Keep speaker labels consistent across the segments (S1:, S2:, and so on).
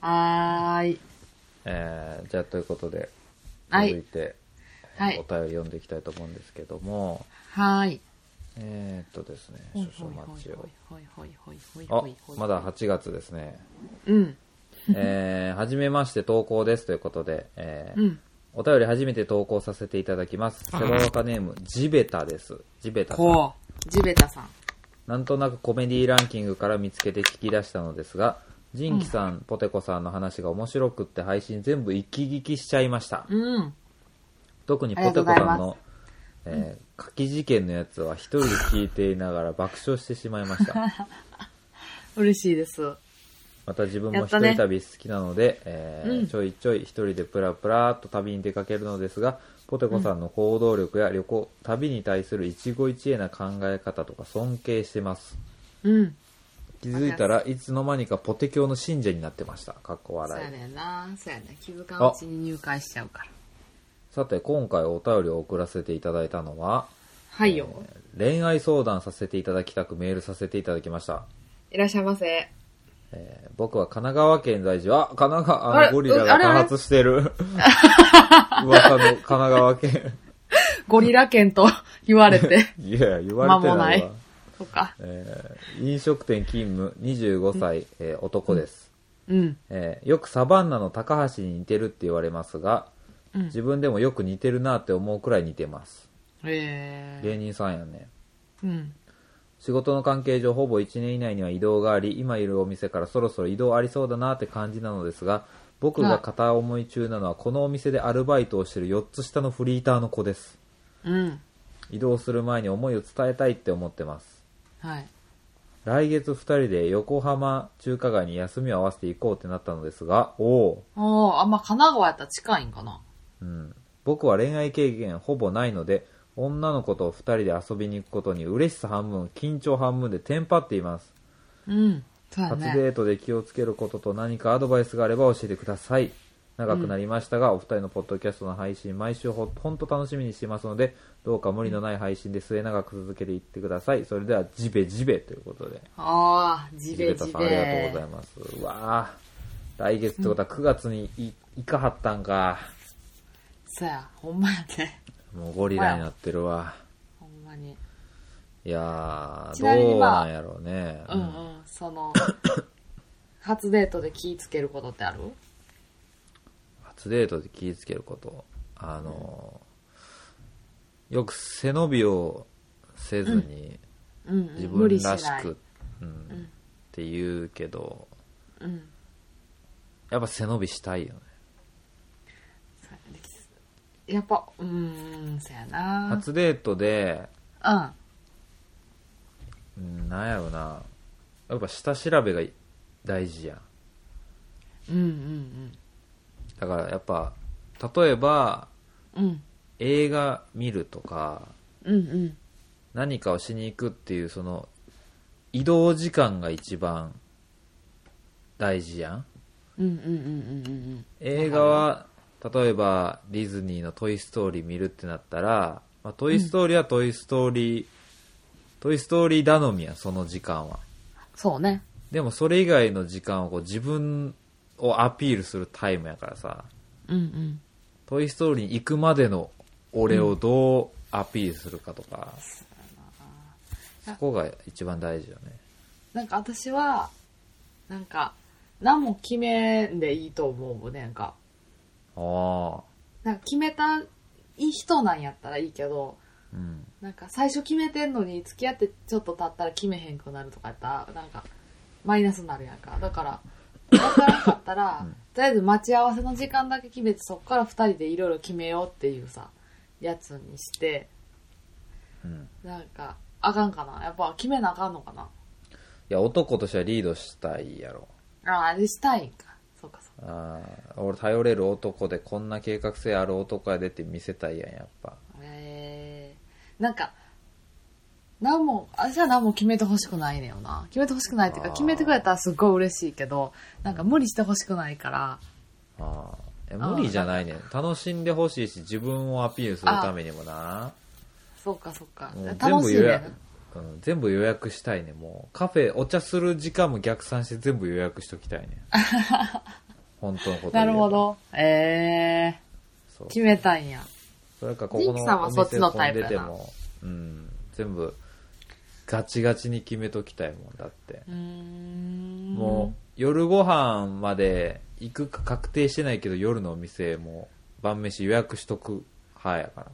S1: はい。
S2: えーじゃあということで
S1: はい
S2: 続いて、
S1: はい
S2: お便り読んでいきたいと思うんですけども
S1: はい。
S2: えーっとですね少々お待ちを
S1: ほいほいほいほい
S2: あ
S1: ほいほいほいほいほい
S2: まだ8月ですね
S1: うん。
S2: えー、は じめまして投稿ですということで、えー
S1: うん。
S2: お便り初めて投稿させていただきます。シャバワカネーム、ジベタです。ジベタさん。
S1: こう。地べたさん。
S2: なんとなくコメディランキングから見つけて聞き出したのですが、ジンキさん、ポテコさんの話が面白くって配信全部一気聞きしちゃいました。
S1: うん。
S2: 特にポテコさ
S1: あ
S2: ん
S1: りがとうございま
S2: の、えー、書き事件のやつは一人で聞いていながら 爆笑してしまい ました。
S1: 嬉しいです。
S2: また自分
S1: や
S2: も
S1: っ
S2: 一
S1: たね
S2: 人旅好きなので、えー
S1: うん
S2: ちょいちょい一人でプラプラっと旅に出かけるのですが、ポテコさんの行動力や旅行、旅に対する一期一会な考え方とか尊敬してます。
S1: うん。
S2: 気づいたらいつの間にかポテ教の信者になってました。かっこ
S1: そうや
S2: 笑い。
S1: ねんな。そうやねん。気づかんうちに入会しちゃうから。
S2: さて、今回お便りを送らせていただいたのは、
S1: はいよ。
S2: 恋愛相談させていただきたくメールさせていただきました。
S1: いらっしゃいませ。
S2: えー僕は神奈川県在住、あ、神奈川、
S1: あ
S2: あ
S1: れ
S2: の、ゴリラ
S1: うあ
S2: が
S1: れあれ
S2: 多発し てる。噂の神奈川県。
S1: ゴリラ犬と 言われ て。
S2: いや、言われて
S1: 間もな
S2: ない
S1: い
S2: わ。
S1: とか。
S2: えー飲食店勤務、25歳、えー男です、
S1: うん。
S2: えーよくサバンナの高橋に似てるって言われますが、
S1: うん
S2: 自分でもよく似てるなって思うくらい似てます。
S1: えー。
S2: 芸人さんやね。
S1: うん。
S2: 仕事の関係上ほぼ1年以内には移動があり今いるお店からそろそろ移動ありそうだなって感じなのですが僕が片思い中なのはこのお店でアルバイトをしてる4つ下のフリーターの子です
S1: うん。
S2: 移動する前に思いを伝えたいって思ってます
S1: はい。
S2: 来月2人で横浜中華街に休みを合わせて行こうってなったのですがおお
S1: おー、あんま神奈川やったら近いんかな。
S2: う、うん、僕は恋愛経験ほぼないので女の子と2人で遊びに行くことに嬉しさ半分緊張半分でテンパっています
S1: うん。そうや
S2: 初
S1: ね。
S2: デートで気をつけることと何かアドバイスがあれば教えてください長くなりましたが、お二人のポッドキャストの配信毎週ほほんと楽しみにしてますのでどうか無理のない配信で末永く続けていってくださいそれではジベジベということで
S1: あー、地べ
S2: タ
S1: 地
S2: さんありがとうござ
S1: べ
S2: い。ますうわあ来月ってことは9月にい行かはったんか
S1: そうや、ほんまやね。
S2: もうゴリラになってるわ
S1: ほんまに。
S2: いやー
S1: ちなみに
S2: どう
S1: ま
S2: な
S1: あ
S2: んやろうね、
S1: うんうん、そ の、初デートで気ぃつけることってある
S2: 初デートで気ぃつけることあの、よく背伸びをせずに
S1: うん、うん、無
S2: 自分
S1: 理し
S2: らし
S1: ない
S2: く、うん
S1: うん
S2: って言うけど
S1: うん。
S2: やっぱ背伸びしたいよね
S1: そうやねやっぱ、うーん、そうやな。
S2: 初デートで
S1: うん。
S2: うんなんやろなやっぱ下調べが大事やん
S1: うんうん
S2: だからやっぱ例えば
S1: うん。うん。
S2: 映画見るとか
S1: うんうん。
S2: 何かをしに行くっていうその移動時間が一番大事やん
S1: うんうんうんうんうん
S2: 映画は例えばディズニーの「トイ・ストーリー」見るってなったら「まあ、トイ・ストーリー」は「トイ・ストーリー」トイ・ストーリー」頼みやその時間は
S1: そうね。
S2: でもそれ以外の時間をこう自分をアピールするタイムやからさ
S1: うんうん。
S2: 「トイ・ストーリー」に行くまでの俺をどうアピールするかとか、そこが一番大事よね
S1: なんか私は、なんか、何も決めんでいいと思うね。なんか、
S2: ああ
S1: なんか決めたいい人なんやったらいいけど、
S2: うん
S1: なんか最初決めてんのに付き合ってちょっと経ったら決めへんくなるとかやったら、なんか、マイナスになるやんか。だ から、わからんかったら、とりあえず待ち合わせの時間だけ決めて、そこから二人でいろいろ決めようっていうさ、やつにして、
S2: うん
S1: なんか、あかんかな。やっぱ決めなあかんのかな。
S2: いや男としてはリードしたいやろ
S1: ああ、あれしたいんか。そうかそうか。
S2: ああ俺頼れる男でこんな計画性ある男やでって見せたいやんやっぱ
S1: えー、なんか、何も、私は何も決めてほしくないねよな。決めてほしくないっていうか、
S2: あー
S1: 決めてくれたらすっごい嬉しいけど、なんか無理してほしくないから、
S2: ああえ
S1: あー
S2: 無理じゃないねん楽しんでほしいし自分をアピールするためにもな
S1: そうかそうか
S2: もう。全
S1: 楽
S2: 部
S1: しい
S2: 予
S1: ね
S2: 約。うん、全部予約した いねもうカフェお茶する時間も逆算して全部予約しときたいね本当のことを言えば
S1: なるほ。ど。ええ
S2: そう
S1: ー、決めたんや。
S2: それか、ここのお
S1: ジンキさんはそっち
S2: 店
S1: のタイプ
S2: 混
S1: や
S2: んで
S1: な
S2: ても、うん、全部、ガチガチに決めときたいもんだって。
S1: うーん。
S2: もう、夜ご飯まで行くか確定してないけど、夜のお店も、晩飯予約しとく派やから。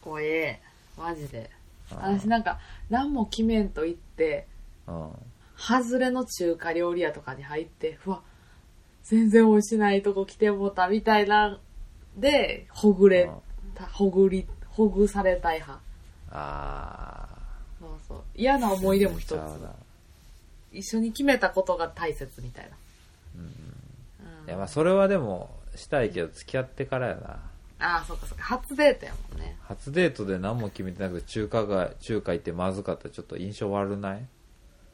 S1: 怖え。マジで。
S2: あー
S1: 私なんか、何も決めんと言って、
S2: うん。
S1: 外れの中華料理屋とかに入って、うわ、全然美味しないとこ来てもうたみたいなんで、ほぐれた、ほぐり、ほぐされたい派。
S2: あ
S1: そうそう。嫌な
S2: ー。
S1: 思い出も一つ
S2: ち。ゃうな
S1: 一緒に決めたことが大切みたいな。うん
S2: いや、まあ、それはでも、したいけど、付き合ってからやな。
S1: ああ、そうかそうか。初デートやもんね。
S2: 初デートで何も決めてなくて、中華が、中華行ってまずかったらちょっと印象悪ない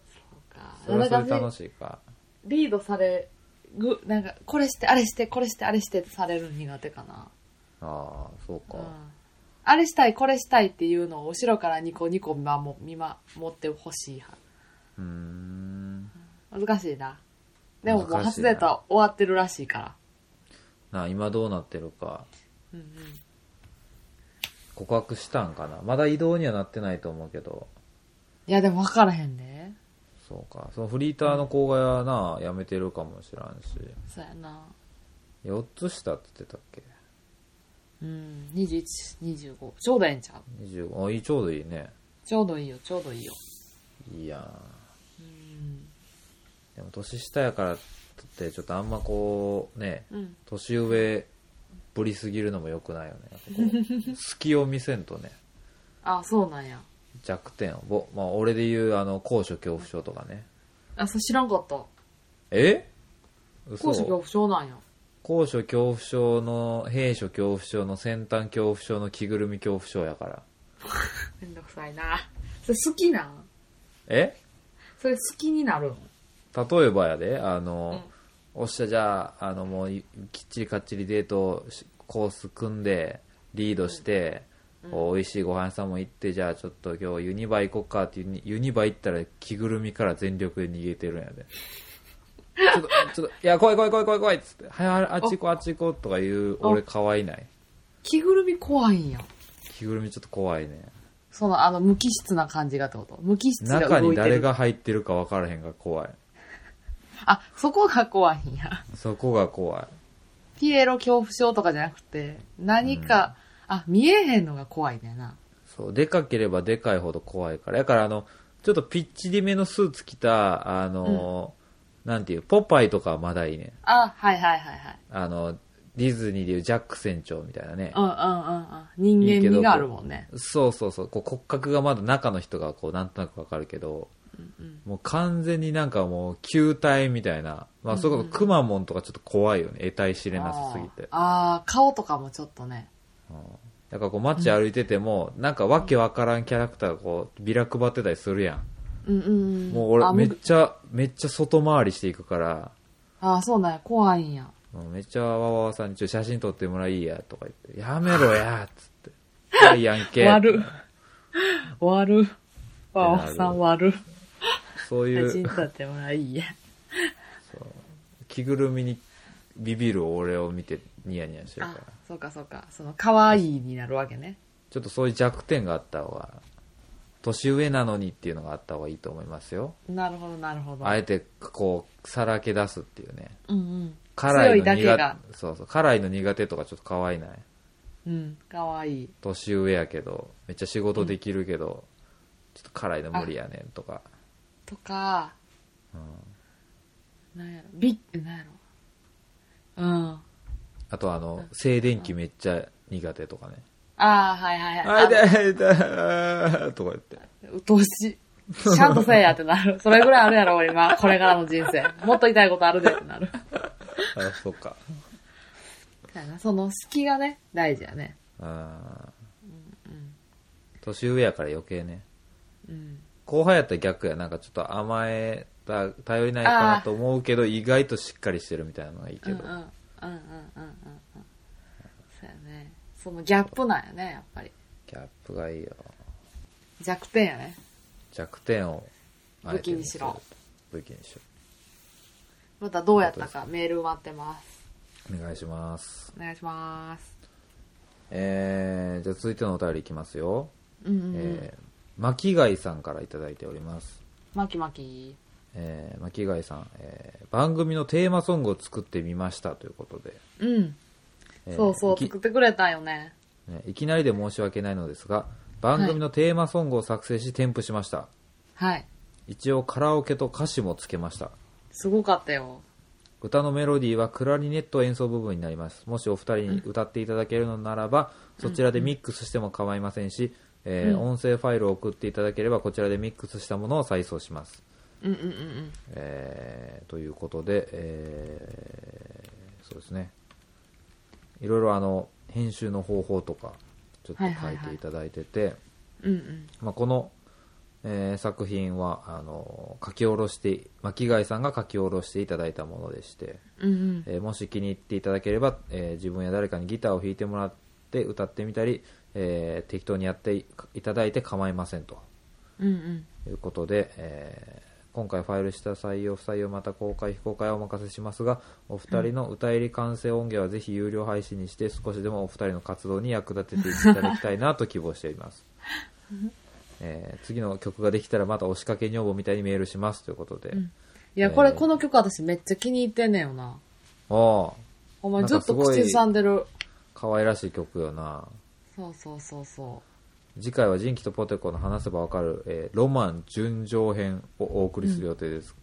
S1: そうか。
S2: それはそれで
S1: なんか
S2: 楽しいか。
S1: リードされぐ、なんか、これして、あれして、これして、あれしてってされるの苦手かな。
S2: ああ、そう
S1: う
S2: か。
S1: ん。あれしたい、これしたいっていうのを後ろからニコニコ見守見守ってほしい
S2: うーん。
S1: 派。難しいな。でももう
S2: 難し
S1: 初
S2: いな
S1: デートは終わってるらしいから。
S2: なあ、今どうなってるか。
S1: うんうん。
S2: 告白したんかな。まだ移動にはなってないと思うけど。
S1: いや、でも分からへんね。
S2: そうか。そのフリーターの子がな、辞めてるかもしらんし。
S1: そうやな。
S2: 4つ下って言ってたっけ
S1: うん。21、25。ちょうどええんちゃう
S2: ?25。あ、いい、ちょうどいいね。
S1: ちょうどいいよ、ちょうどいいよ。
S2: いいやん。
S1: うん。
S2: でも年下やからって、ちょっとあんまこう、ね、
S1: うん。
S2: 年上ぶりすぎるのも良くないよね。やっぱこう 隙を見せんとね、
S1: あ、そうなんや。
S2: 弱点を。ぼまあ、俺で言う、あの、高所恐怖症とかね。
S1: あ、そう知らんかった。
S2: え嘘
S1: 高所恐怖症なんや。
S2: 高所恐怖症の、兵所恐怖症の先端恐怖症の着ぐるみ恐怖症やから。
S1: めんどくさいな。それ好きなん
S2: え
S1: それ好きになるん
S2: 例えばやで、あの、おっしゃ、じゃあ、あの、もうい、きっちりかっちりデートしコース組んで、リードして、こう美味しいご飯屋さんも行って、じゃあちょっと今日ユニバ行こっかってユニ、ユニバ行ったら着ぐるみから全力で逃げてるんやで。ちょっと、ちょっと、いや、来い来い来い来い来いっつって、はい、はいあっち行こうあっち行こうとか言う、俺可愛いない。
S1: 着ぐるみ怖いんや。
S2: 着ぐるみちょっと怖いね。
S1: その、あの、無機質な感じがってこと無機質が動いて
S2: 中
S1: る。
S2: に誰が入ってるか分からへんが怖い。
S1: あ、そこが怖いんや。
S2: そこが怖い。
S1: ピエロ恐怖症とかじゃなくて、何か、あ、見えへんのが怖いんだよな。
S2: そう、でかければでかいほど怖いから。だからあの、ちょっとピッチリめのスーツ着た、あの、なんていう、ポパイとかはまだいいね。
S1: あ、はいはいはいはい。
S2: あの、ディズニーでいうジャック船長みたいなね
S1: う。んうんうんうん。人間味があるもんね。
S2: そうそうそう、こう骨格がまだ中の人がこう、なんとなくわかるけど、もう完全になんかもう球体みたいな。まあ、それこそくまモンとかちょっと怖いよね。得体知れなさすぎて。
S1: あーあー、顔とかもちょっとね。
S2: だからこう街歩いてても、なんかわけわからんキャラクターがこうビラ配ってたりするやん。
S1: うんうんん。
S2: もう
S1: あ
S2: 俺めっ
S1: む
S2: ちゃ、めっちゃ外回りしていくから、
S1: あー、そうなんや。怖いんや。
S2: うんめっちゃわわわさんにちょっと写真撮ってもらいいやとか言って、やめろやっつって。 怖いやんけ。
S1: 悪。悪。わ
S2: なる
S1: わさん悪。
S2: そうい
S1: 写真
S2: う
S1: 撮ってもらいいや。
S2: 着ぐるみにビビる俺を見てニヤニヤしてるか
S1: あ
S2: ら。、
S1: そうかそうか。その、可愛いになるわけね。
S2: ちょっとそういう弱点があった方が、年上なのにっていうのがあった方がいいと思いますよ。
S1: なるほど、なるほど。
S2: あえてこう、さらけ出すっていうね。
S1: うんうん。
S2: 辛
S1: 強
S2: いの
S1: いだけ
S2: 苦
S1: が
S2: 手。そうそう。辛いの苦手とかちょっと可愛いない。
S1: うん、可愛い。
S2: 年上やけど、めっちゃ仕事できるけど、ちょっと辛いの無理やねんとか。
S1: とか、なんやろ、ビッ、なんやろ。うん。あ
S2: あとあの、静電気めっちゃ苦手とかね。
S1: あー、はいはい
S2: あ、
S1: はい。
S2: 痛い痛い痛いとか言って。
S1: あうとうしい。ちゃんとせえやってなる。それぐらいあるやろ、俺 今。これからの人生。もっと痛いことあるでってな る。
S2: あ、そうか。
S1: だよなその隙がね、大事やね。
S2: あー年上やから余計ね。
S1: うん。
S2: 後輩やったら逆や。なんかちょっと甘えた、頼りないかなと思うけど、意外としっかりしてるみたいなのがいいけ
S1: うん
S2: ど。
S1: うん。うんうんうんうんうん。そうやね。そのギャップなんやね、やっぱり。
S2: ギャップがいいよ。
S1: 弱点やね。
S2: 弱点をあえて見せる
S1: 武器にしろ
S2: 武器にしろ
S1: またどうやったかメール待ってます。
S2: お願いします。
S1: お願いします。
S2: えー、じゃあ続いてのお便りいきますよ。
S1: うんうんうん。
S2: えー、巻貝さんからいただいております。
S1: 巻き巻き。
S2: えー、巻貝さん、えー、番組のテーマソングを作ってみましたということで。
S1: うん。
S2: えー
S1: そうそう、
S2: き
S1: 作ってくれたんよね。
S2: ねいきなりで申し訳ないのですが、番組のテーマソングを作成し添付しました。
S1: はい。
S2: 一応カラオケと歌詞もつけました。
S1: すごかったよ。
S2: 歌のメロディーはクラリネット演奏部分になりますもしお二人に歌っていただけるのならば、そちらでミックスしても構いませんし、えー
S1: うん
S2: 音声ファイルを送っていただければこちらでミックスしたものを再送します、
S1: うんうんうんうん。
S2: えーということで、えーそうですねいろいろあの編集の方法とかちょっと
S1: はいは
S2: 書
S1: い
S2: い
S1: はい
S2: ていただいてて、
S1: うんうん。
S2: まあ、この、えー作品はあの書き下ろして巻貝さんが書き下ろしていただいたものでして、
S1: うんうん。
S2: えーもし気に入っていただければ、えー自分や誰かにギターを弾いてもらって歌ってみたり、えー適当にやっていただいて構いませんと
S1: うんうん。
S2: いうことで、えー今回ファイルした採用不採用また公開非公開はお任せしますがお二人の歌入り完成音源はぜひ有料配信にして少しでもお二人の活動に役立てていただきたいなと希望しておりますえー次の曲ができたらまた押しかけ女房みたいにメールしますということで、
S1: んいや、これ、
S2: えー
S1: この曲私めっちゃ気に入ってんねんよな。
S2: ああ
S1: お前
S2: なん
S1: ず
S2: か
S1: っと
S2: すごい
S1: 口ずさんでる。
S2: 可愛らしい曲よな
S1: そうそうそうそ
S2: 次回は人気とポテコの話せばわかる、えーロマン純情編をお送りする予定です。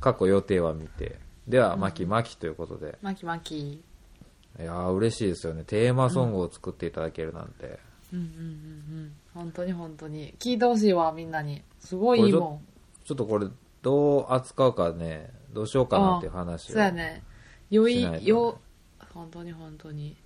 S2: 過去予定は見て。では、マキマキということで
S1: う。。巻き巻き。
S2: いやー、嬉しいですよね。テーマソングを作っていただけるなんて。
S1: うんうんうんうん。本当に本当に。聞いてほしいわ、みんなに。すごいいいもん。
S2: ちょっとこれ、どう扱うかね、どうしようかなっていう話を。
S1: そうやね。よ
S2: しないと
S1: い、
S2: ね
S1: よ、本当に本当に。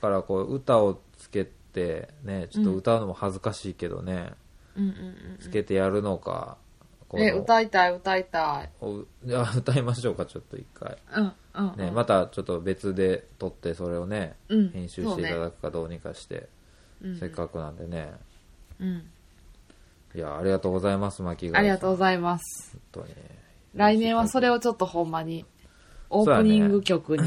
S2: だから、こう、歌をつけて、ね、ちょっと歌うのも恥ずかしいけどね、
S1: うんうん
S2: つけてやるのか。
S1: う
S2: こ
S1: ん。
S2: の
S1: え、歌いたい、歌いたい。
S2: おじゃあ歌いましょうか、ちょっと一回。
S1: うんうんうん。
S2: ね、またちょっと別で撮ってそれをね、
S1: うん
S2: 編集していただくかどうにかして、
S1: うん
S2: せっかくなんでね
S1: うん。
S2: いやありがとうございます巻貝さん
S1: ありがとうご
S2: い
S1: ざいます。
S2: ます
S1: 来年はそれをちょっとほんまに、オープニング曲に、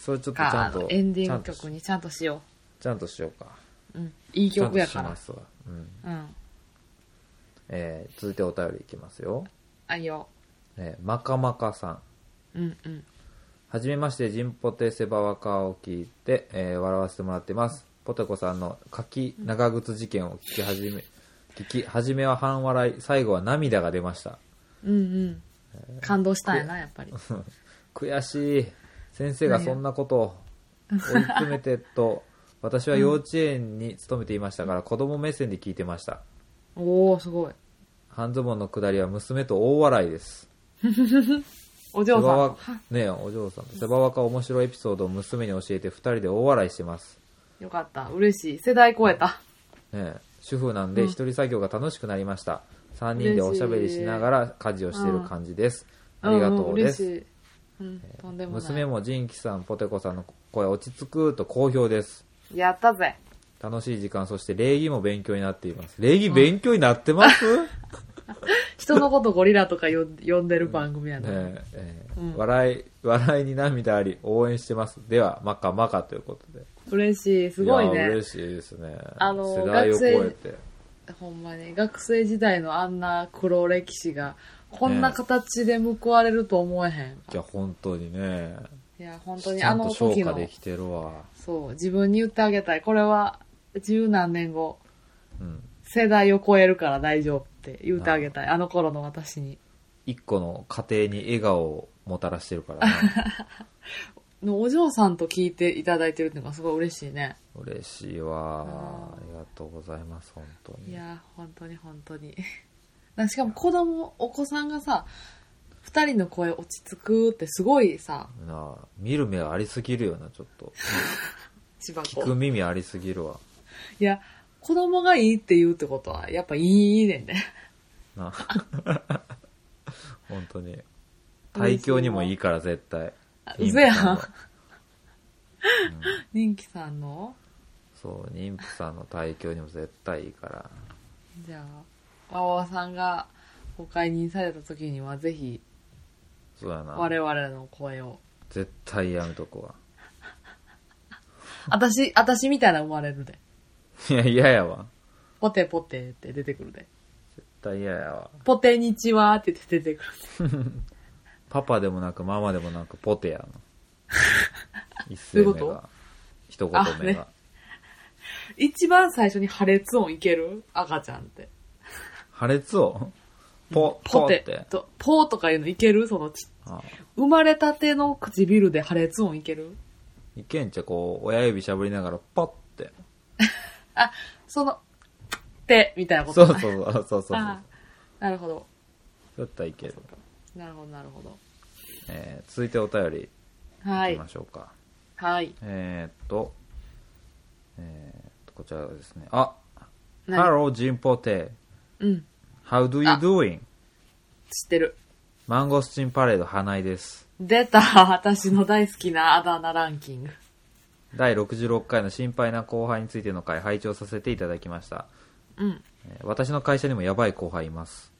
S2: それちょっとち
S1: か、
S2: ゃ
S1: あ
S2: んと
S1: のエンディング
S2: ちゃ
S1: 曲
S2: んと
S1: にちゃんとしよ
S2: ちゃんとしようか
S1: う。うん。いい
S2: ちゃん
S1: 曲
S2: と
S1: や
S2: し
S1: か
S2: ま
S1: ら。
S2: すわ、うん
S1: うん。
S2: えー続いてお便りいきますよ、
S1: あいいよ。
S2: えー、まかまかさん
S1: うんうん。
S2: はじめまして、ジンポテセバワカを聞いて、えー笑わせてもらってます。ポテコさんの柿長靴事件を聞き始め、聞き、初めは半笑い、最後は涙が出ました。
S1: うんうん。感動したんやな、やっぱ り。
S2: 悔しい先生がそんなことを追い詰めてと私は幼稚園に勤めていましたから子供目線で聞いてました
S1: おー、すごい。
S2: 半ズボンのくだりは娘と大笑いです
S1: お嬢
S2: セバワ
S1: さん。
S2: ねえお嬢さんセバワカ面白いエピソードを娘に教えて2人で大笑いしてます、
S1: よかった。嬉しい。世代超えた。
S2: ねえ、主婦なんで
S1: うん
S2: 一人作業が楽しくなりました3人でおしゃべりしながら家事をしている感じですありがとうです、
S1: んん嬉しい。うん、とんでもない。
S2: 娘もジンキさんポテコさんの声落ち着くと好評です
S1: やったぜ。
S2: 楽しい時間、そして礼儀も勉強になっています。礼儀勉強になってます、ね
S1: 人のことゴリラとかよ呼んで る番組やね。
S2: えええ
S1: うん
S2: 笑い、笑いに涙あり、応援してます。では、マカマカということで。
S1: 嬉しい。すごい
S2: や
S1: ね。
S2: 嬉しいですね。
S1: あの
S2: 世代を超えて。
S1: ほんまに、学生時代のあんな黒歴史が、こんな形で報われると思えへん。
S2: いや、本当にね。
S1: いや、本当に
S2: ち
S1: あ
S2: ゃん
S1: の
S2: と消
S1: 時
S2: 化
S1: の
S2: で、きてるわ。
S1: そう、自分に言ってあげたい。これは、十何年後、
S2: うん。
S1: 世代を超えるから大丈夫って言ってあげたい。あの頃の私に。
S2: 一個の家庭に笑顔をもたらしてるか らな。
S1: のお嬢さんと聞いていただいてるっていうのがすごい嬉しいね。
S2: 嬉しいわ。あ
S1: うん
S2: りがとうございます、本当に。
S1: いやー、本当に本当に。 なしかも子供、お子さんがさ、二人の声落ち着くってすごいさ、
S2: なあ見る目ありすぎるよな、ちょっと。
S1: 芝
S2: 聞く
S1: 子。
S2: 耳ありすぎるわ。
S1: いや、子供がいいって言うってことは、やっぱいいねんね。
S2: な本当に対響にもいいから絶対
S1: あ
S2: 妊婦
S1: 嘘やん
S2: さの
S1: 人気さんの
S2: そう妊婦さんの対響にも絶対いいから
S1: じゃあ、わわさんがご解任された時には、ぜひ、
S2: そうやな
S1: 我々の声を
S2: 絶対やめとこわ。
S1: 私、私みたいな思われるで。
S2: いや、嫌やわ。
S1: ポテポテって出てくるで。
S2: 絶対嫌やわ。
S1: ポテにちはって言って出てくるで。
S2: パパでもなくママでもなくポテやの。一
S1: うい
S2: 声
S1: うこ
S2: 目
S1: と
S2: が。一言目が。
S1: あ一番最初に破裂音いける赤ちゃんって。
S2: 破裂音ポ、ポ
S1: ポ
S2: って。
S1: テと、ポーとかいうのいけるそのち、
S2: あ
S1: 生まれたての唇で破裂音いける
S2: いけんちゃ、こう、親指しゃぶりながらポって。
S1: あ、その、って、みたいなこ
S2: そ
S1: と。
S2: うそうそうそうそうそう。
S1: あーなるほど。
S2: だったらいける。
S1: なるほど、なるほど。
S2: えー、続いてお便り
S1: はい
S2: き
S1: い
S2: ま。しょうか。
S1: はい。
S2: えー、っと、えー、っと、こちらですね。あ、
S1: 何
S2: Hello, Jim Pote.
S1: うん。
S2: How do you
S1: あ
S2: doing?
S1: 知ってる。
S2: マンゴスチンパレード花井です。
S1: 出た、私の大好きなあだ名ランキング。
S2: 第66回の心配な後輩についての回、拝聴させていただきました。
S1: うん。
S2: えー私の会社にもやばい後輩います。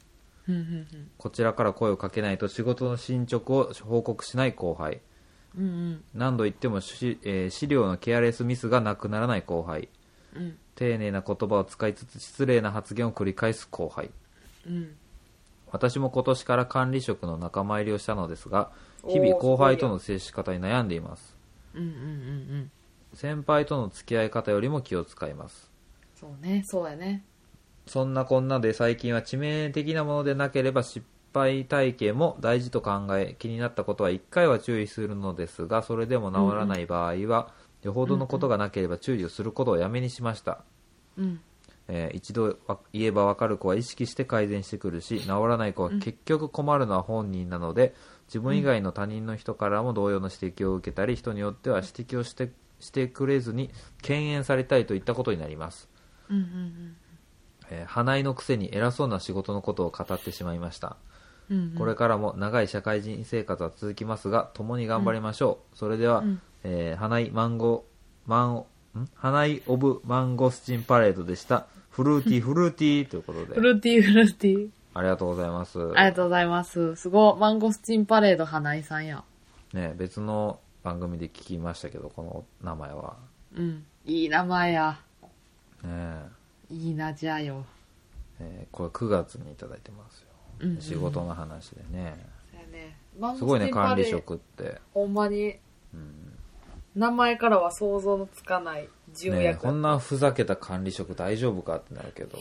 S1: うん、うん、
S2: こちらから声をかけないと仕事の進捗を報告しない後輩。
S1: うん。うん、
S2: 何度言ってもし、えー資料のケアレスミスがなくならない後輩。
S1: うん。うん、
S2: 丁寧な言葉を使いつつ失礼な発言を繰り返す後輩。
S1: うん。
S2: 私も今年から管理職の仲間入りをしたのですが、
S1: おー
S2: 日々後輩との接し方に悩んでいます。
S1: うん、うん、うん。うん
S2: 先輩との付き合い方よりも気を使います。
S1: そうね、そうやね。
S2: そんなこんなで最近は致命的なものでなければ失敗体験も大事と考え、気になったことは1回は注意するのですが、それでも治らない場合は、よほどのことがなければ注意をすることをやめにしました。
S1: うん。
S2: えー一度わ言えばわかる子は意識して改善してくるし治らない子は結局困るのは本人なので、自分以外の他人の人からも同様の指摘を受けたり人によっては指摘をしてしてくれずに敬遠されたいといったことになります、
S1: うん、うん、
S2: えー花井のくせに偉そうな仕事のことを語ってしまいました
S1: うん。うん、
S2: これからも長い社会人生活は続きますが共に頑張りましょう、それでは、
S1: うん
S2: えー花井マンゴーマンオん花井オブマンゴスチンパレードでしたフルーティーフルーティーということで
S1: フルーティーフルーティー。
S2: ありがとうございます。
S1: ありがとうございます。すごい。マンゴスチンパレード花井さんや。
S2: ね、別の番組で聞きましたけど、この名前は。
S1: うん。いい名前や。
S2: ね
S1: いいなじゃよ。
S2: えーこれ9月にいただいてますよ。
S1: うんうん
S2: 仕事の話でね。
S1: そうやね。マン
S2: す
S1: ゴ
S2: ご
S1: ス
S2: い
S1: チ
S2: ね、
S1: ンパ
S2: 管
S1: レ
S2: 理
S1: ード。
S2: 職って。
S1: ほんまに、
S2: うん
S1: 名前からは想像のつかない重
S2: ねえ
S1: 役。
S2: こんなふざけた管理職大丈夫かってなるけど、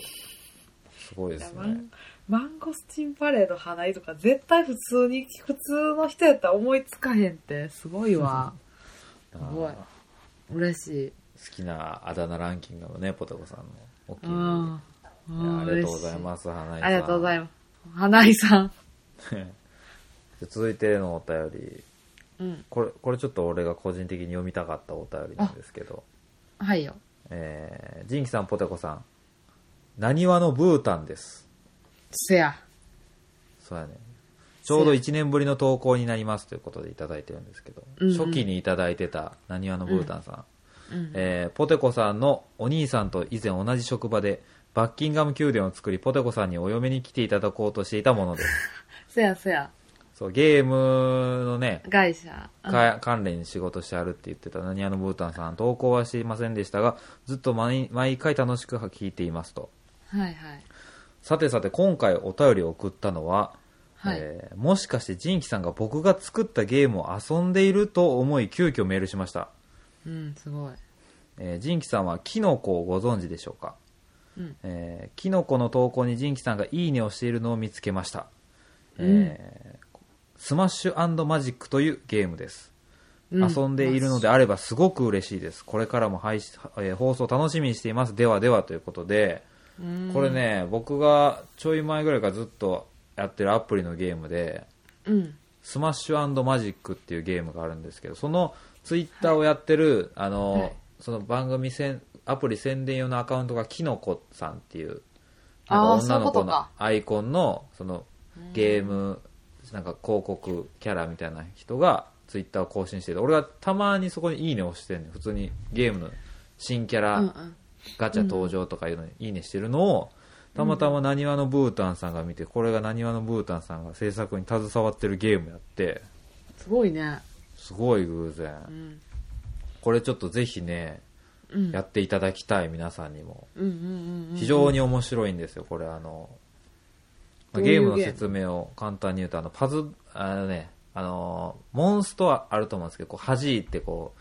S2: すごいで
S1: いや
S2: す
S1: マ
S2: ね
S1: ン。マンゴスチンパレード花井とか絶対普通に普通の人やったら思いつかへんってすごいわ
S2: あ
S1: すごい
S2: ー
S1: 嬉し
S2: 好きなあだ名ランキングのね、ポテコさんのお気
S1: い
S2: に
S1: う
S2: 入
S1: ん
S2: りいやありがとうござい
S1: す
S2: ます、花井さん。
S1: ありがとうござ
S2: い
S1: います花井さん
S2: ます。続いてのお便り。
S1: うん
S2: これ、これちょっと俺が個人的に読みたかったお便りなんですけど、
S1: はいよ
S2: えー、ジンキさん、ポテコさん、なにわのブータンです。
S1: せや
S2: そうやね。ちょうど1年ぶりの投稿になりますということでいただいてるんですけど、
S1: うんうん
S2: 初期にいただいてたなにわのブータンさん、
S1: うん
S2: えーポテコさんのお兄さんと以前同じ職場で、バッキンガム宮殿を作り、ポテコさんにお嫁に来ていただこうとしていたものです。
S1: せやせや
S2: そう、ゲームのね、
S1: 会社
S2: か関連に仕事してあるって言ってた何屋のブータンさん投稿はしていませんでしたがずっと毎毎回楽しく聞いていますと
S1: はいはい
S2: さてさて今回お便りを送ったのは、
S1: はい
S2: えーもしかしてジンキさんが僕が作ったゲームを遊んでいると思い急遽メールしました、
S1: うんすごい
S2: えージンキさんはキノコをご存知でしょうか、
S1: うん
S2: えーキノコの投稿にジンキさんがいいねをしているのを見つけました、えースマッシュマジックというゲームです
S1: う
S2: 遊んでいるのであればすごく嬉しいです。これからも配信、えー放送楽しみにしています。ではではということで、
S1: うん
S2: これね、僕がちょい前ぐらいからずっとやってるアプリのゲームで、
S1: うん
S2: スマッシュマジックっていうゲームがあるんですけど、そのツイッターをやってる、あの、
S1: はい
S2: その番組せん、アプリ宣伝用のアカウントがキノコさんっていう、
S1: あ
S2: な
S1: ー
S2: んか女の
S1: そう
S2: 子
S1: いうこと
S2: の
S1: か
S2: アイコンの、そのゲーム、なんか広告キャラみたいな人がツイッターを更新してて、俺がたまにそこにいいねを押してんねん普通にゲームの新キャ
S1: うんう
S2: ラ
S1: ん
S2: ガチャ登場とかいうのにいいねしてるのを、たまたまなにわのブータンさんが見て、これがなにわのブータンさんが制作に携わってるゲームやって、
S1: すごいね
S2: すごい偶然。
S1: うん。
S2: これちょっとぜひね、
S1: うん。
S2: やっていただきたい皆さんにも。
S1: うんうんうんうん。
S2: 非常に面白いんですよ、これあの、まあ
S1: どうい
S2: ゲ
S1: う
S2: ームの
S1: ゲーム
S2: 説明を簡単に言うと、あの、パズ、あのね、あの、モンストはあると思うんですけど、こう、弾いてこ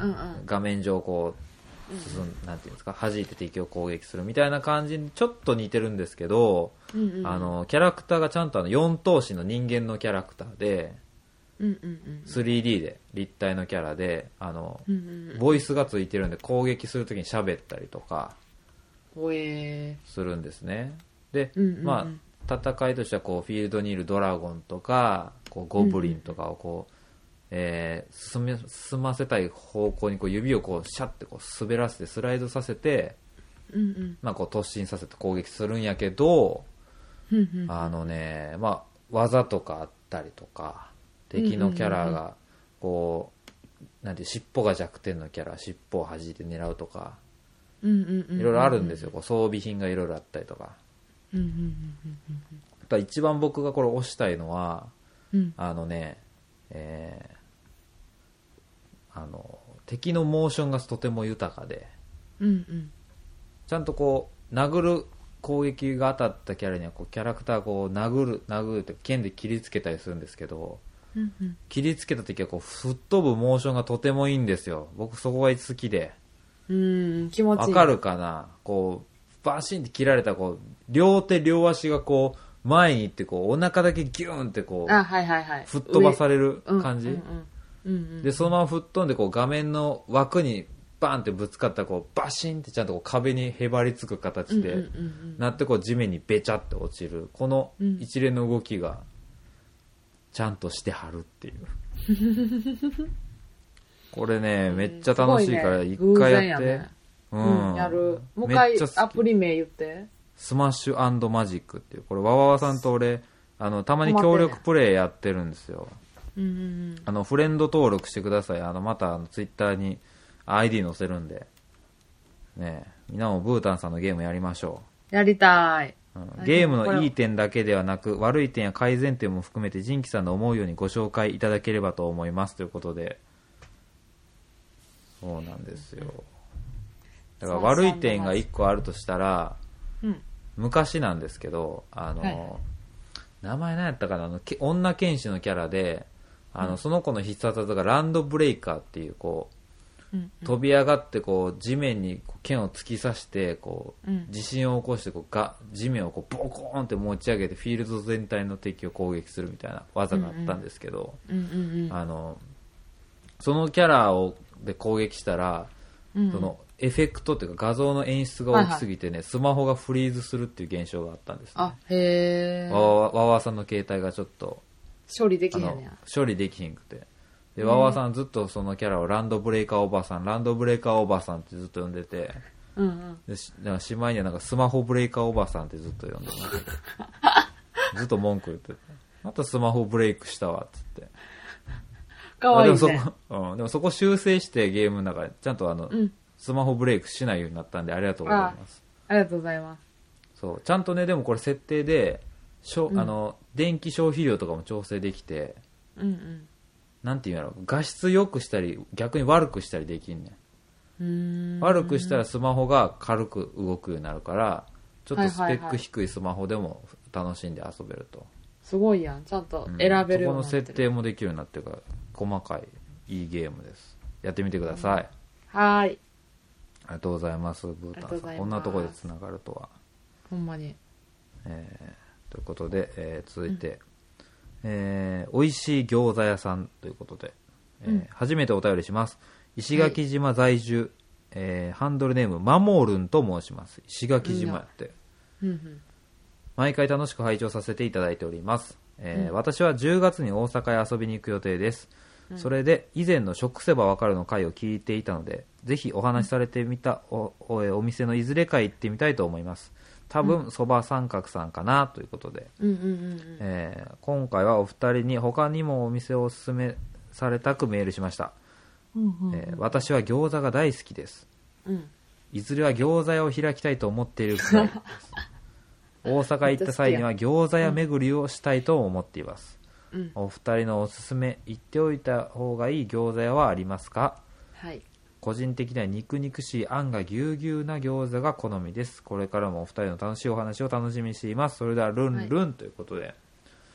S1: うんう
S2: う、
S1: ん。
S2: 画面上こう、進ん、なんていうんですか、弾いて敵を攻撃するみたいな感じにちょっと似てるんですけど、
S1: うんうん。
S2: あ、の、キャラクターがちゃんとあの、4頭身の人間のキャラクターで、
S1: うんうんうん。
S2: 3D で立体のキャラで、あの、
S1: うんうんうん。
S2: ボイスがついてるんで攻撃するときに喋ったりとか
S1: ほえ
S2: するんですね。で、
S1: うんうんうん
S2: まあ、戦いとしてはこう、フィールドにいるドラゴンとか、こう、ゴブリンとかをこう、えー進め、進ませたい方向にこう、指をこう、シャッてこう、滑らせて、スライドさせて、
S1: ー。うんうん。
S2: まあ、こう、突進させて攻撃するんやけど、
S1: うんうん。
S2: あのね、まあ、技とかあったりとか、敵のキャラ
S1: うんうん
S2: が、こう、なんていう、尻尾が弱点のキャラ、尻尾を弾いて狙うとか、
S1: うんうんうん。
S2: いろいろあるんですよ。。こう装備品がいろいろあったりとか。
S1: うんうんうん
S2: あとは一番僕がこれ押したいのは、
S1: うん。うん。
S2: あのね、えーあの、敵のモーションがとても豊かで、
S1: うんうん。
S2: ちゃんとこう、殴る攻撃が当たったキャラには、こう、キャラクターがこう、殴る、殴るって剣で切りつけたりするんですけど、
S1: うんうん。
S2: 切りつけた時はこう、吹っ飛ぶモーションがとてもいいんですよ。僕そこが好きで。
S1: うん、気持ちいい。
S2: わかるかなこう、バシンって切られた、こう、両手両足がこう、前に行って、こう、お腹だけギューンってこ
S1: あ、
S2: う、
S1: はいはいはい。
S2: 吹っ飛ばさ
S1: れ
S2: れる感じ。
S1: うんうんうん。うん
S2: で、そのまま吹っ飛んで、こう、画面の枠に、バーンってぶつかったら、こう、バシンってちゃんとこう壁にへばりつく
S1: うんう
S2: 形
S1: んうん
S2: で、
S1: うん
S2: なってこう、地面にべちゃって落ちる。この
S1: うん
S2: 一連の動きが、ちゃんとしてはるっていう。 これね、めっちゃ楽しいから、
S1: す
S2: 一
S1: ごいね
S2: 回やっ
S1: 偶然や。
S2: て
S1: ねうん、やる。もう一
S2: めっ
S1: 回
S2: ちゃ好き
S1: アプリ名言って。
S2: スマッシュマジックっていう、これ、わわわさんと俺、あの、たまに協力プレイやってるんですよ。
S1: うんうん
S2: あの、フレンド登録してください。あの、また、あの、ツイッターに ID 載せるんで。ねえ、みんなもブータンさんのゲームやりましょ
S1: やりたい。
S2: う。うん
S1: はい
S2: ゲームのいい点だけではなく、悪い点や改善点も含めて、ジンキさんの思うようにご紹介いただければと思います。ということで。そうなんですよ。だから、悪い点が一個あるとしたら、
S1: うん。
S2: 昔なんですけど、あの、
S1: はいはい
S2: 名前何やったかな、あの、け女剣士のキャラで、あの、その子の必殺技がランドブレイカーっていう、こ
S1: うん
S2: う、飛び上がって、こう、地面にこう剣を突き刺して、こう
S1: うん、
S2: 地震を起こして、こう、が、地面をこう、ボコーンって持ち上げて、フィールド全体の敵を攻撃するみたいな技があったんですけど、
S1: うんうん
S2: あの、そのキャラを、で攻撃したら、
S1: うん。
S2: そのエフェクトっていうか画像の演出が大きすぎてね、スマホがフリーズするっていう現象があったんですね
S1: あ、へー
S2: わわわわさんの携帯がちょっと
S1: 処理でき
S2: あ
S1: へんね
S2: の
S1: や。
S2: 処理できひんくてでわわさんずっとそのキャラをランドブレイカーおばさんランドブレイカーおばさんってずっと呼んでて
S1: うんうん。
S2: でしなんかしまいにはなんかスマホブレイカーおばさんってずっと 呼んでてずっと文句言っててまたスマホブレイクしたわっつって
S1: かわいい
S2: あでも
S1: ね。
S2: そこ、うん、でもそこ修正してゲームの中でちゃんとあの、
S1: うん。
S2: スマホブレイクしないようになったんでありがとうございます
S1: ありがとうございます。
S2: そうちゃんとねでもこれ設定でしょ、あの電気消費量とかも調整できて
S1: うん
S2: なんていうんやろ画質良くしたり逆に悪くしたりできんね
S1: うん。うーん
S2: ん。悪くしたらスマホが軽く動くようになるからちょっとスペ
S1: はいはい
S2: ッ
S1: は
S2: ク
S1: い
S2: 低いスマホでも楽しんで遊べると、
S1: すごいやん。ちゃんと
S2: うん
S1: 選べる
S2: そ
S1: よ
S2: こ
S1: うにな
S2: の
S1: ってる。
S2: 設定もできるようになってるから細かいいいゲームですやってみてください、
S1: はーい。
S2: ありがとうございますブータ
S1: ありがとうご
S2: ンさ
S1: ざい
S2: ん
S1: ます
S2: こんなところでつながるとは
S1: ほんまに。
S2: えーということで、えー続いて、えー美味しい餃子屋さんということで、えー
S1: うん
S2: 初めてお便りします石垣島在住、えーハンドルネームマモルンと申します石垣島やって
S1: うんうん。
S2: 毎回楽しく拝聴させていただいております、えー私は10月に大阪へ遊びに行く予定です、それで以前の食せばわかるの回を聞いていたのでぜひお話しされてみたおおえーお店のいずれか行ってみたいと思います多分そば三角さんかなということで、
S1: うんうんうんうん。
S2: えー今回はお二人に他にもお店をおすすめされたくメールしました、
S1: うんうん
S2: えー私は餃子が大好きです
S1: うん。
S2: いずれは餃子屋を開きたいと思っている くらいです大阪行った際には餃子屋巡りをしたいと思っています、
S1: うん。
S2: お二人のおすすめ言っておいた方がいい餃子屋はありますか
S1: はい。
S2: 個人的には肉肉しいあんがぎゅうぎゅうな餃子が好みですこれからもお二人の楽しいお話を楽しみにしていますそれではルンルン、ということで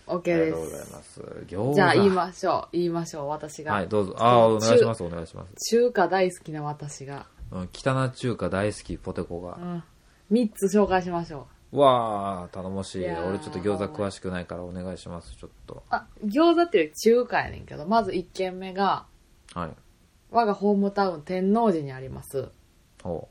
S1: オッ
S2: あ
S1: ケ
S2: り
S1: ー
S2: が
S1: で
S2: とうござい
S1: す。
S2: ます餃子
S1: じゃあ言いましょう。言いましょう。私が。
S2: はいどうぞああお願いしますお願いします、
S1: 中華大好きな私が。
S2: うん、北菜中華大好きポテコが
S1: う、ん。3つ紹介しましょう。
S2: わあ頼もしい
S1: いやー
S2: 俺ちょっと餃子詳しくないからお願いしますちょっと
S1: あ、餃子っていうより中華やねんけど、まず1軒目が、
S2: はい
S1: 我がホームタウン天王寺にあります。
S2: おう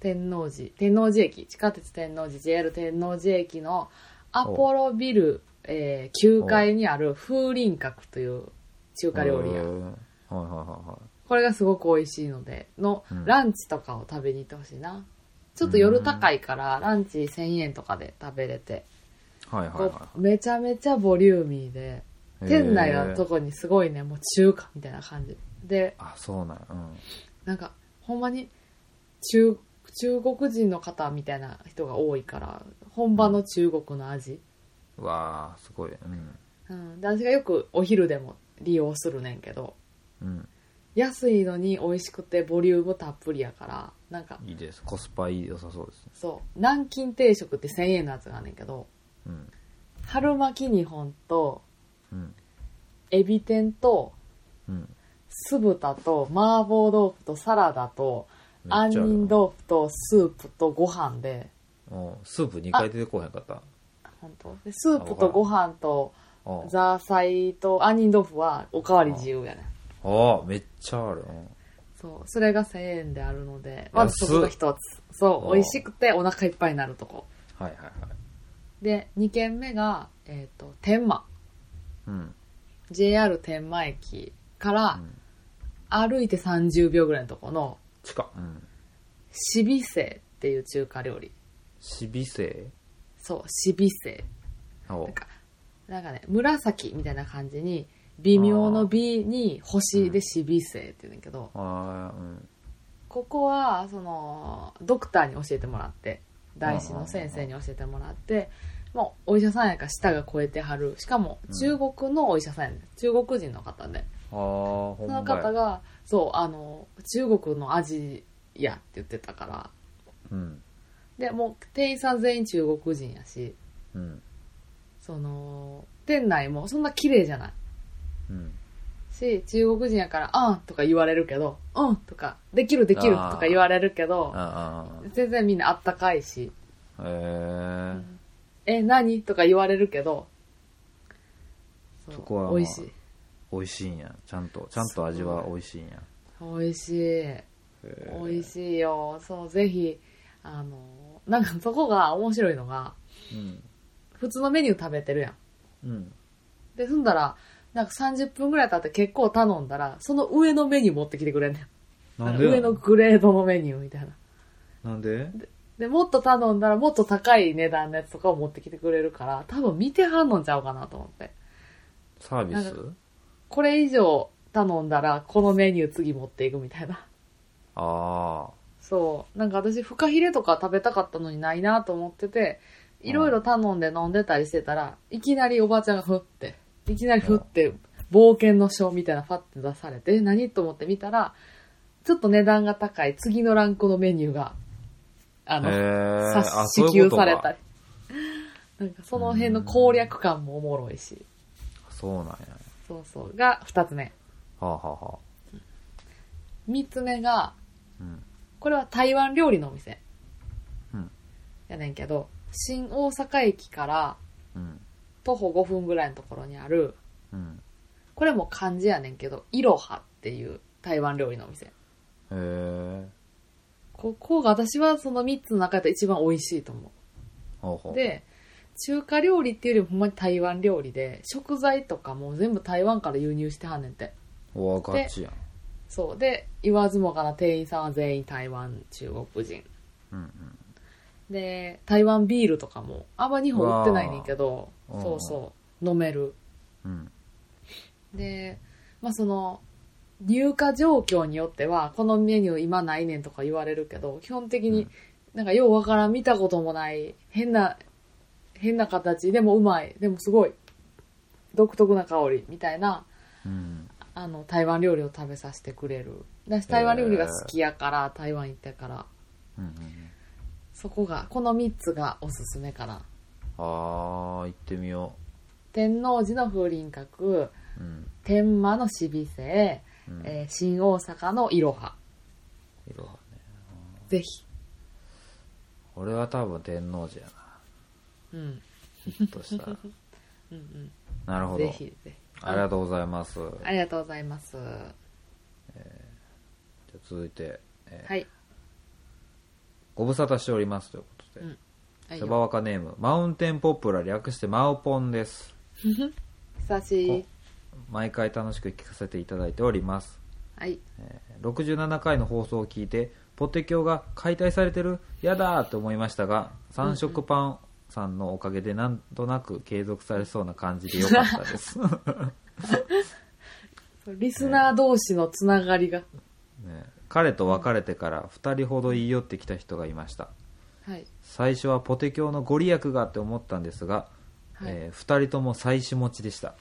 S1: 天王寺。天王寺駅。地下鉄天王寺、JR 天王寺駅のアポロビル、えー9階にある風林閣という中華料理
S2: う
S1: 屋。
S2: んはいはいはいはい
S1: これがすごく美味しいので、の
S2: うん
S1: ランチとかを食べに行ってほしいな。ちょっと夜高いから、ランチ1000円とかで食べれて、
S2: はいはいは
S1: こうめちゃめちゃボリューミーで、
S2: い
S1: 店内のと
S2: へー
S1: こにすごいね、もう中華みたいな感じ。で、
S2: あそうなんやうん
S1: なんか、ほんまに、中、中国人の方みたいな人が多いから、本場の中国の味。
S2: うわあすごいうん
S1: うん。で、私がよくお昼でも利用するねんけど、
S2: うん
S1: 安いのに美味しくてボリュームたっぷりやから、なんか、
S2: いいですコスパいい良さそうですね
S1: そう、南京定食って1000円のやつがあんねんけど、
S2: うん
S1: 春巻き2本と、
S2: うん
S1: エビ天と、
S2: うん
S1: 酢豚と、麻婆豆腐と、サラダと、
S2: めっちゃあ
S1: 杏
S2: る
S1: 仁豆腐と、スープと、ご飯で、
S2: おうスープ2回出てこへんかった
S1: 本当でスープとご飯と、
S2: おう
S1: ザーサイと杏仁豆腐はおかわり自由やね
S2: ああめっちゃあるうん
S1: そうそれが1000円であるのでまず
S2: 安っ
S1: そこが一つそう
S2: うん
S1: 美味しくてお腹いっぱいになるとこ
S2: はいはいはい
S1: で2軒目が、えー、と天満
S2: うん
S1: JR 天満駅か
S2: う
S1: ら
S2: ん
S1: 歩いて30秒ぐらいのとこの
S2: 近っうん
S1: しびせっていう中華料理
S2: しびせ
S1: そうしびせ
S2: お
S1: なんかなんかね紫みたいな感じに微妙の美に星でしびせって言うねんだけど、
S2: ああうん
S1: ここはそのドクターに教えてもらって大師の先生に教えてもらってもうお医者さんやから舌が超えてはるしかも中国のお医者さんやね、中国人の方で
S2: ああほ
S1: そ
S2: んまや
S1: の方がそうあの中国の味やって言ってたから
S2: うん
S1: でもう店員さん全員中国人やし
S2: うん
S1: その店内もそんな綺麗じゃない
S2: うん
S1: し中国人やから「あん」とか言われるけど「うん」とか「できるできる」とか言われるけど
S2: ああ
S1: 全然みんなあったかいし
S2: へえ
S1: え、何とか言われるけど、そう
S2: そこはまあ
S1: 美味しい。
S2: 美味しいんやちゃんとちゃんと味は美味しいんや
S1: 美味しい。美味しいよ。そう、ぜひ、あの、なんかそこが面白いのが、
S2: うん
S1: 普通のメニュー食べてるやん。
S2: うん
S1: で、そんだら、なんか30分ぐらい経って結構頼んだら、その上のメニュー持ってきてくれんねん。
S2: なん
S1: あの
S2: で
S1: 上
S2: や
S1: の
S2: の
S1: グレードのメニューみたいな。
S2: なんで
S1: で、もっと頼んだらもっと高い値段のやつとかを持ってきてくれるから、多分見てはんのんちゃうかなと思って。
S2: サービ
S1: な
S2: ス
S1: んかこれ以上頼んだら、このメニュー次持っていくみたいな。
S2: ああ
S1: そう。なんか私、フカヒレとか食べたかったのにないなと思ってて、いろいろ頼んで飲んでたりしてたら、いきなりおばあちゃんがふって、いきなりふって、冒険の書みたいなファって出されて、え何と思って見たら、ちょっと値段が高い次のランクのメニューが、あ
S2: へ
S1: の、
S2: え
S1: さ
S2: あそう
S1: 支給
S2: いうこと
S1: さ
S2: か
S1: れたり。なんかその辺の攻略感もおもろいし。
S2: そうなんや
S1: そうそう。が、二つ目。
S2: はあはあはあ
S1: 三つ目が、
S2: うん
S1: これは台湾料理のお店。
S2: うん
S1: やねんけど、新大阪駅から
S2: うん
S1: 徒歩5分ぐらいのところにある、
S2: うん
S1: これも漢字やねんけど、いろはっていう台湾料理のお店。
S2: へえ
S1: ここが私はその3つの中で一番美味しいと思
S2: ほうほ
S1: う。
S2: う
S1: で、中華料理っていうよりもほんまに台湾料理で、食材とかも全部台湾から輸入してはんねんて。
S2: うわガチやん
S1: そう。で、言わずもがな店員さんは全員台湾中国人。
S2: うん
S1: で、台湾ビールとかも、あんま日本売ってないねんけど、
S2: うわー
S1: そうそう、飲める。
S2: うんうん
S1: で、まあその、入荷状況によっては、このメニュー今ないねんとか言われるけど、基本的
S2: う
S1: に
S2: ん、
S1: なんかようわからん見たこともない、変な、変な形、でもうまい、でもすごい、独特な香りみたいな、
S2: うん。
S1: あの、台湾料理を食べさせてくれる。私、台湾料理が好きやから、台湾行ったから、
S2: うんうんうん
S1: そこが、この3つがおすすめかな。
S2: あー、行ってみよ
S1: 天王寺の風林閣、
S2: う。うん。
S1: 天満のしびせ、
S2: うん。
S1: えー新大阪のいろは。
S2: 色はね。
S1: ぜひ。
S2: 俺は多分天王寺や
S1: うん。
S2: な。ひょっとしたら。
S1: うん
S2: なる
S1: う
S2: ほ
S1: ん。
S2: ど
S1: ぜ。ひぜひ。
S2: ありがとうございます。じゃ
S1: ありがとうございます。
S2: あ続いて、えー
S1: はい。
S2: ご無沙汰しておりますということで。
S1: うんはい
S2: 手羽
S1: よ
S2: 若ネーム、マウンテンポップラ略してマオポンです。
S1: 久しい。
S2: 毎回楽しく聞かせていただいております。
S1: はい。
S2: 67回の放送を聞いて、ポテキョが解体されてる、やだーと思いましたが、三色パンさんのおかげでなんとなく継続されそうな感じでよかったです。ね
S1: リスナー同士のつながりが。
S2: 彼と別れてから2人ほど言い寄ってきた人がいました。
S1: はい。
S2: 最初はポテキョのご利益がって思ったんですが、
S1: はい。
S2: え2人とも妻子持ちでした。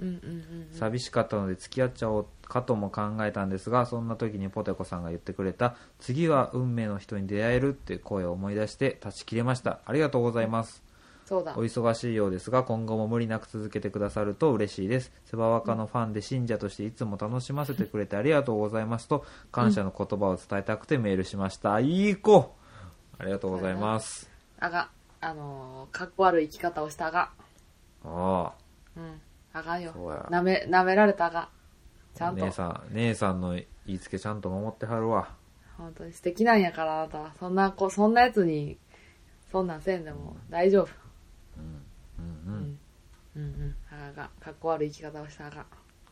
S1: うんうんうんうん。
S2: 寂しかったので付き合っちゃおうかとも考えたんですがそんな時にポテコさんが言ってくれた次は運命の人に出会えるっていう声を思い出して断ち切れましたありがとうございます
S1: そうだ
S2: お。忙しいようですが今後も無理なく続けてくださると嬉しいですセバワカのファンで信者としていつも楽しませてくれてありがとうございますと感謝の言葉を伝えたくてメールしました、いい子ありがとうございます
S1: あが、あのー、かっこ悪い生き方をしたあが。
S2: あ
S1: うん。あがんよ
S2: そうや。
S1: なめ、なめられたあが。ちゃ
S2: あ
S1: んと
S2: 姉。さん姉さんの言いつけちゃんと守ってはるわ
S1: 本当に素敵なんやから、あなたは。そんな子、そんなやつに、そんなんせんでも大丈夫。
S2: うんうん
S1: うん。うんうん。あがんあがん。かっこ悪い生き方をしたあがん。
S2: か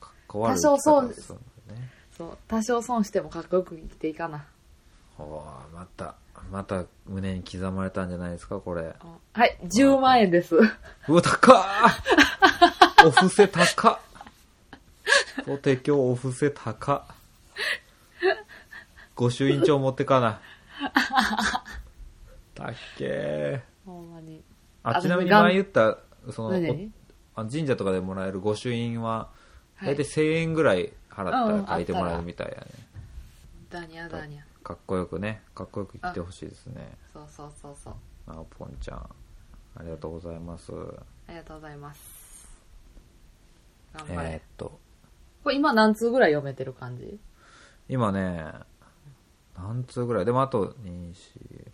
S2: っこ悪い
S1: 多少そう
S2: 生き方をするんだね
S1: そう。多少損してもかっこよく生きていかな。
S2: おーまたまた胸に刻まれたんじゃないですかこれ
S1: うんはい。10万円です。
S2: うわ高っ お布施高っお提供お布施高っ御朱印帳持ってかなだっけー
S1: ほんまに。
S2: あ
S1: あ
S2: ちなみに
S1: でもがん
S2: 前言ったその
S1: 何々
S2: おあ神社とかでもらえる御朱印は
S1: は
S2: 大
S1: い
S2: 体。1000円ぐらい払
S1: うんう
S2: っ
S1: ん
S2: たら書いてもらえるみたいやね、
S1: ダニャダニャ。
S2: かっこよくねかっこよく言ってほしいですね
S1: そうそうそうそう。
S2: あぽんちゃんありがとうございます
S1: ありがとうございます。頑張れ。
S2: えーっと
S1: これ今何通ぐらい読めてる感じ
S2: 今ね何通ぐらいでもあと2 4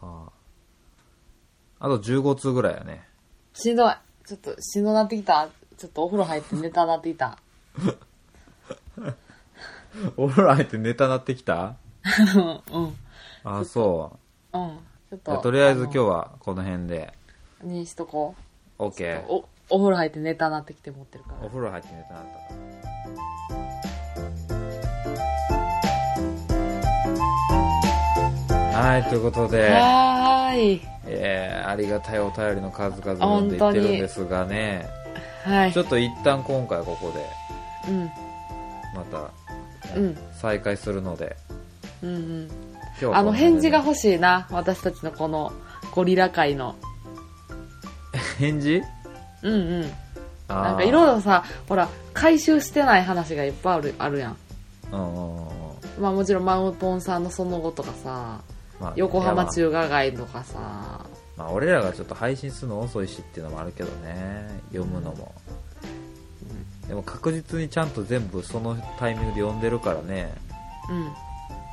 S2: 6はあと15通ぐらいやね
S1: しんどい。ちょっとしんどなってきた。ちょっとお風呂入ってネタなってきた。
S2: お風呂入ってネタなってきた
S1: うん。うん。
S2: あそ
S1: ちょっ
S2: うじゃ
S1: と。
S2: あとりあえず
S1: の
S2: 今日はこの辺で
S1: にしとこう。
S2: OK
S1: ちょっとお、お風呂入ってネタなってきて持ってるから。
S2: お風呂入ってネタなったからはい、ということで、
S1: はーい。
S2: えーありがたいお便りの数々読んでいってるんですがね、
S1: はい
S2: ち。ょっと一旦今回はここで、
S1: うん。
S2: また、
S1: うん。
S2: 再開するので、
S1: うんうん。
S2: 今日は
S1: あの、
S2: この辺
S1: 返
S2: で
S1: 事が欲しいな。私たちのこのゴリラ界の。
S2: 返事
S1: うんうん。
S2: な
S1: なんかいろいろさ、ほら、回収してない話がいっぱいある、あるやん。
S2: うんうんうんうん
S1: まあもちろんマウントンさんのその後とかさ、
S2: まあ
S1: 横
S2: いやま
S1: 浜
S2: あ
S1: 中華街とかさ、
S2: まあ、俺らがちょっと配信するの遅いしっていうのもあるけどね読むのも、でも確実にちゃんと全部そのタイミングで読んでるからね
S1: うん。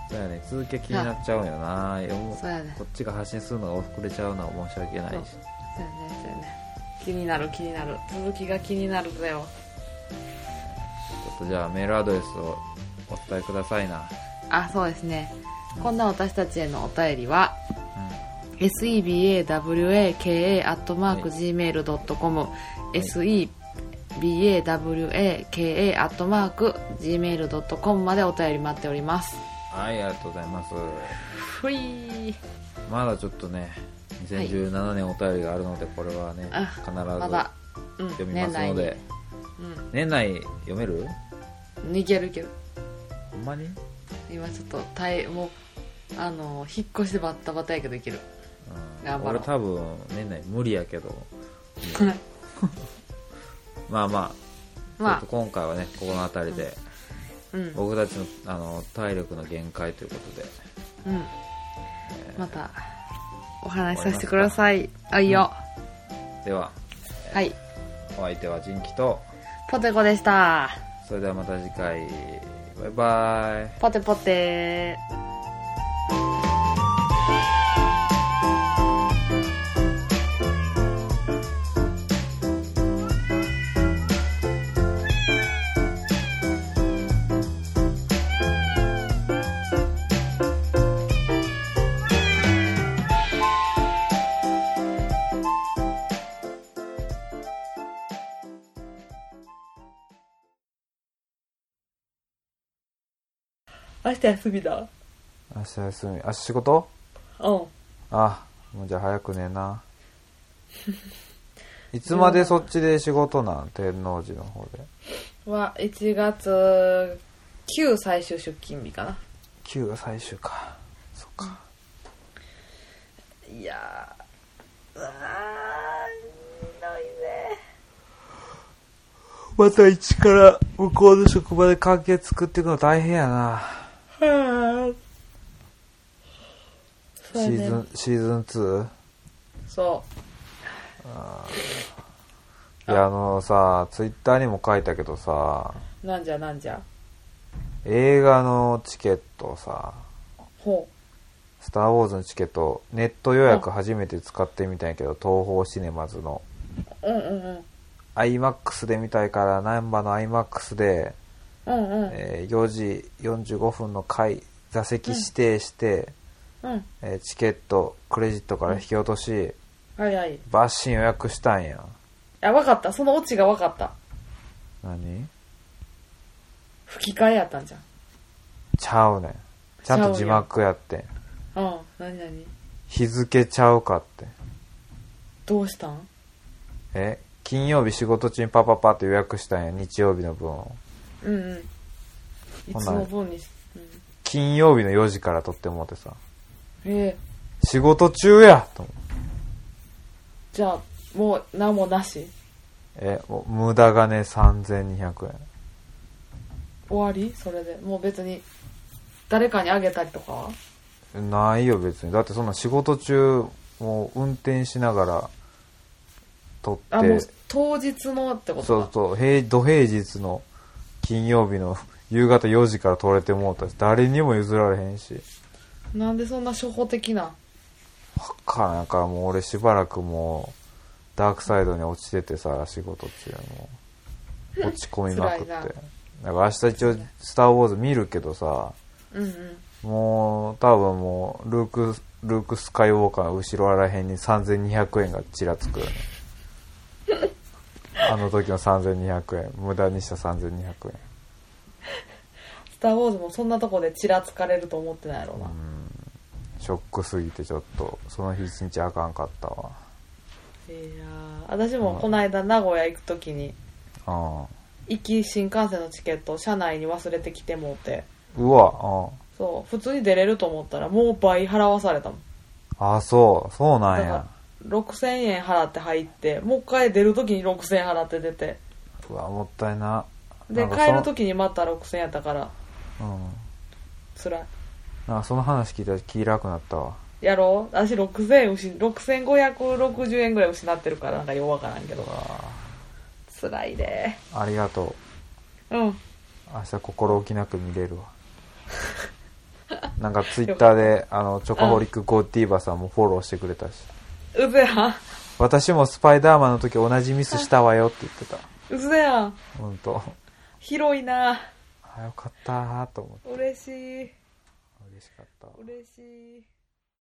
S2: だよね続き気になっちゃうんよな読む
S1: そうやね。
S2: こっちが発信するのが遅れちゃうのは申し訳ない
S1: そうや
S2: し
S1: ね、そうやね。気になる、気になる。続きが気になるだよ。
S2: ちょっとじゃあメールアドレスをお伝えくださいな、
S1: あ、そうですね。こんな私たちへのお便りは、
S2: う
S1: sebawaka.gmail.com、sebawaka.gmail.com までお便り待っております。
S2: ん、はいありがとうございます
S1: ふいー。
S2: まだちょっとね2017年お便りがあるのでこれはね
S1: あ
S2: 必ず
S1: まだ、うん、
S2: 読みますの
S1: 年
S2: で
S1: 内に。
S2: 年内読める
S1: うん。いけるいける。
S2: ほんまに
S1: 今ちょっと大もうあの引っ越してバッタバタやけどいける
S2: うん
S1: 頑張ろう
S2: 俺多分年内無理やけど
S1: はい
S2: まあま あ、
S1: ま
S2: ちょっと今回はね、ここの辺りで、
S1: あ、うん。
S2: 僕たちのあの体力の限界ということで、
S1: うん。また、お話しさせてください。あ、いいよ。
S2: では、
S1: はい。
S2: お相手はジンキと、
S1: ポテコでした。
S2: それではまた次回、バイバイ。
S1: ポテポテ明日休みだ。
S2: 明日休み、あ、仕事
S1: うん。
S2: あ、もうじゃあ早く寝な。 いつまでそっちで仕事なん天王寺の方で。
S1: は1月9最終出勤日かな
S2: Q が最終か。そっか。
S1: いやーうわーしんどいぜ
S2: また一から向こうの職場で関係作っていくの大変やな。
S1: は
S2: シ
S1: そうやね
S2: ーズン、シーズン 2?
S1: そ
S2: いや、あのさ、ツイッターにも書いたけどさ、
S1: うなんじゃなんじゃ
S2: 映画のチケットさ、
S1: ほ
S2: スター・ウォーズのチケット、ネット予約初めて使ってみたんやけど、東宝シネマズの。
S1: ううんうんうん
S2: IMAX で見たいから、難波の IMAX で、
S1: うんうん
S2: えー4時45分の回、座席指定して、
S1: うん
S2: えーチケット、クレジットから引き落とし、
S1: はいはい
S2: バッシン予約したんや。
S1: あ分かったそのオチが分かった
S2: 何
S1: 吹き替えやったんじゃん
S2: ちゃうねん。ちゃんと字幕やってん。
S1: うん何何
S2: 日付ちゃうかって。
S1: どうしたん
S2: え金曜日仕事中にパパパって予約したんや、日曜日の分を。
S1: うんうんい
S2: ほん
S1: つ
S2: なら
S1: も分にし、うん、
S2: 金曜日の4時から撮ってもうてさ。
S1: ええ
S2: 仕事中やと思う
S1: じゃあもう何もなし
S2: え、もう無駄金3200円。
S1: 終わりそれでもう別に誰かにあげたりとかは
S2: ないよ別に。だってそんな仕事中、もう運転しながら撮
S1: あ
S2: っ
S1: もう
S2: て、
S1: 当日のってことか
S2: そうそう、平、土平日の金曜日の 夕方4時から撮れてもうたし、誰にも譲られへんし。
S1: なんでそんな初歩的な
S2: わからんやからもう俺しばらくもうダークサイドに落ちててさ仕事中 もう落ち込みまくって
S1: 辛いな
S2: なんか明日一応「スター・ウォーズ」見るけどさ
S1: うんうん
S2: もう多分もうルークルーク・スカイウォーカーの後ろらへんに3200円がちら つくよねあの時の3200円無駄にした3200円
S1: 「スター・ウォーズ」もそんなとこでちらつかれると思ってないやろうな、
S2: ショックすぎてちょっとその日一日あかんかったわ
S1: いやー私もこの間名古屋行く時に
S2: うん
S1: 行き新幹線のチケットを車内に忘れてきてもうて
S2: うわうん
S1: そう普通に出れると思ったらもう倍払わされたもん
S2: あそうそうな
S1: だ
S2: ん
S1: か
S2: や
S1: ら6000円払って入ってもう一回出る時に6000円払って出て
S2: うわもったいな
S1: で
S2: なんかそ
S1: 帰る時にまた6000円やったから
S2: うん
S1: 辛い
S2: なんかその話聞いたら気楽になったわ
S1: やろう私6000円失6560円ぐらい失ってるからなんかようわからんけど
S2: うわ
S1: 辛いで
S2: ありがと
S1: うん
S2: う明日心置きなく見れるわなんかツイッターであのチョコホリックゴッディーバさんもフォローしてくれたし
S1: うぜや
S2: 私もスパイダーマンの時同じミスしたわよって言ってた
S1: うぜや
S2: 本当
S1: 広いな
S2: あよかったーと思って
S1: 嬉しい
S2: 嬉しかったわ
S1: 嬉しい